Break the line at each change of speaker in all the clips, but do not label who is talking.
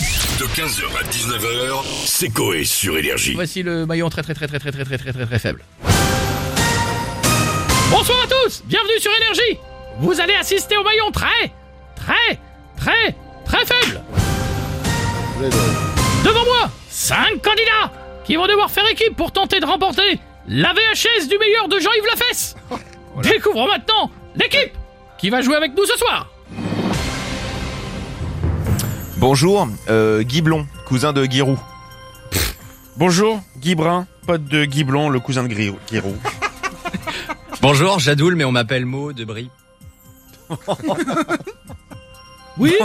De 15h à 19h, c'est Coé sur Énergie.
Voici le maillon très très très très très très très très très très faible. Bonsoir à tous, bienvenue sur Énergie. Vous allez assister au maillon très très très très faible. Devant moi, 5 candidats qui vont devoir faire équipe pour tenter de remporter la VHS du meilleur de Jean-Yves Lafesse. Découvrons maintenant l'équipe qui va jouer avec nous ce soir.
Bonjour, euh, Guy Blond, cousin de Guy Roux.
Bonjour, Guy Brun, pote de Guy Blond, le cousin de Gri- Guy Roux.
Bonjour, Jadoul, mais on m'appelle Mo de Brie.
Oui,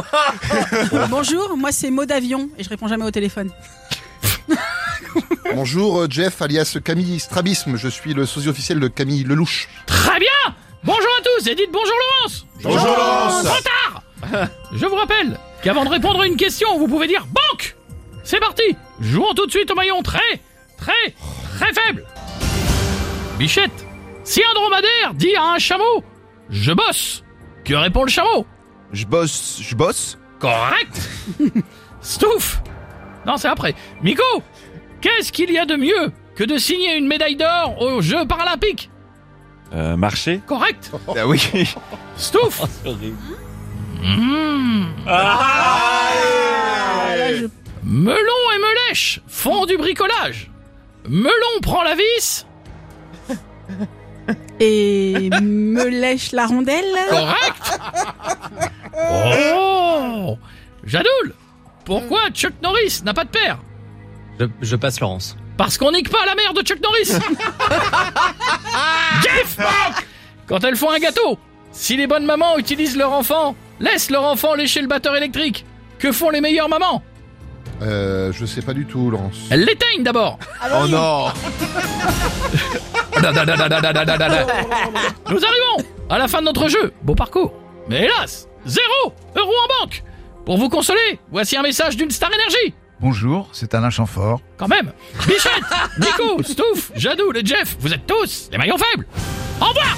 Bonjour, moi c'est Maud Avion et je réponds jamais au téléphone.
Bonjour euh, Jeff, alias Camille Strabisme, je suis le sosie officiel de Camille Lelouch.
très bien. Bonjour à tous et dites bonjour Laurence.
Bonjour Laurence
Je vous rappelle qu'avant de répondre à une question, vous pouvez dire banque C'est parti Jouons tout de suite au maillon très, très, très faible Bichette, si un dromadaire dit à un chameau Je bosse Que répond le chameau
Je bosse, je bosse.
Correct Stouff Non, c'est après. Miko Qu'est-ce qu'il y a de mieux que de signer une médaille d'or aux Jeux Paralympiques
Euh, marché
Correct
Ah oui.
Stouff Mmh. Melon et Melèche font du bricolage. Melon prend la vis.
Et me lèche la rondelle
Correct Oh Jadoul Pourquoi Chuck Norris n'a pas de père
Je, je passe Laurence.
Parce qu'on nique pas la mère de Chuck Norris Jeff Quand elles font un gâteau, si les bonnes mamans utilisent leur enfant, laissent leur enfant lécher le batteur électrique. Que font les meilleures mamans
Euh, je sais pas du tout, Laurence.
Elles l'éteignent d'abord
Oh non.
Nous arrivons à la fin de notre jeu. Beau parcours. Mais hélas, zéro euro en banque. Pour vous consoler, voici un message d'une star énergie.
Bonjour, c'est Alain Chamfort.
Quand même. Bichette, Nico, Stouff, Jadou, le Jeff, vous êtes tous les maillons faibles. Au revoir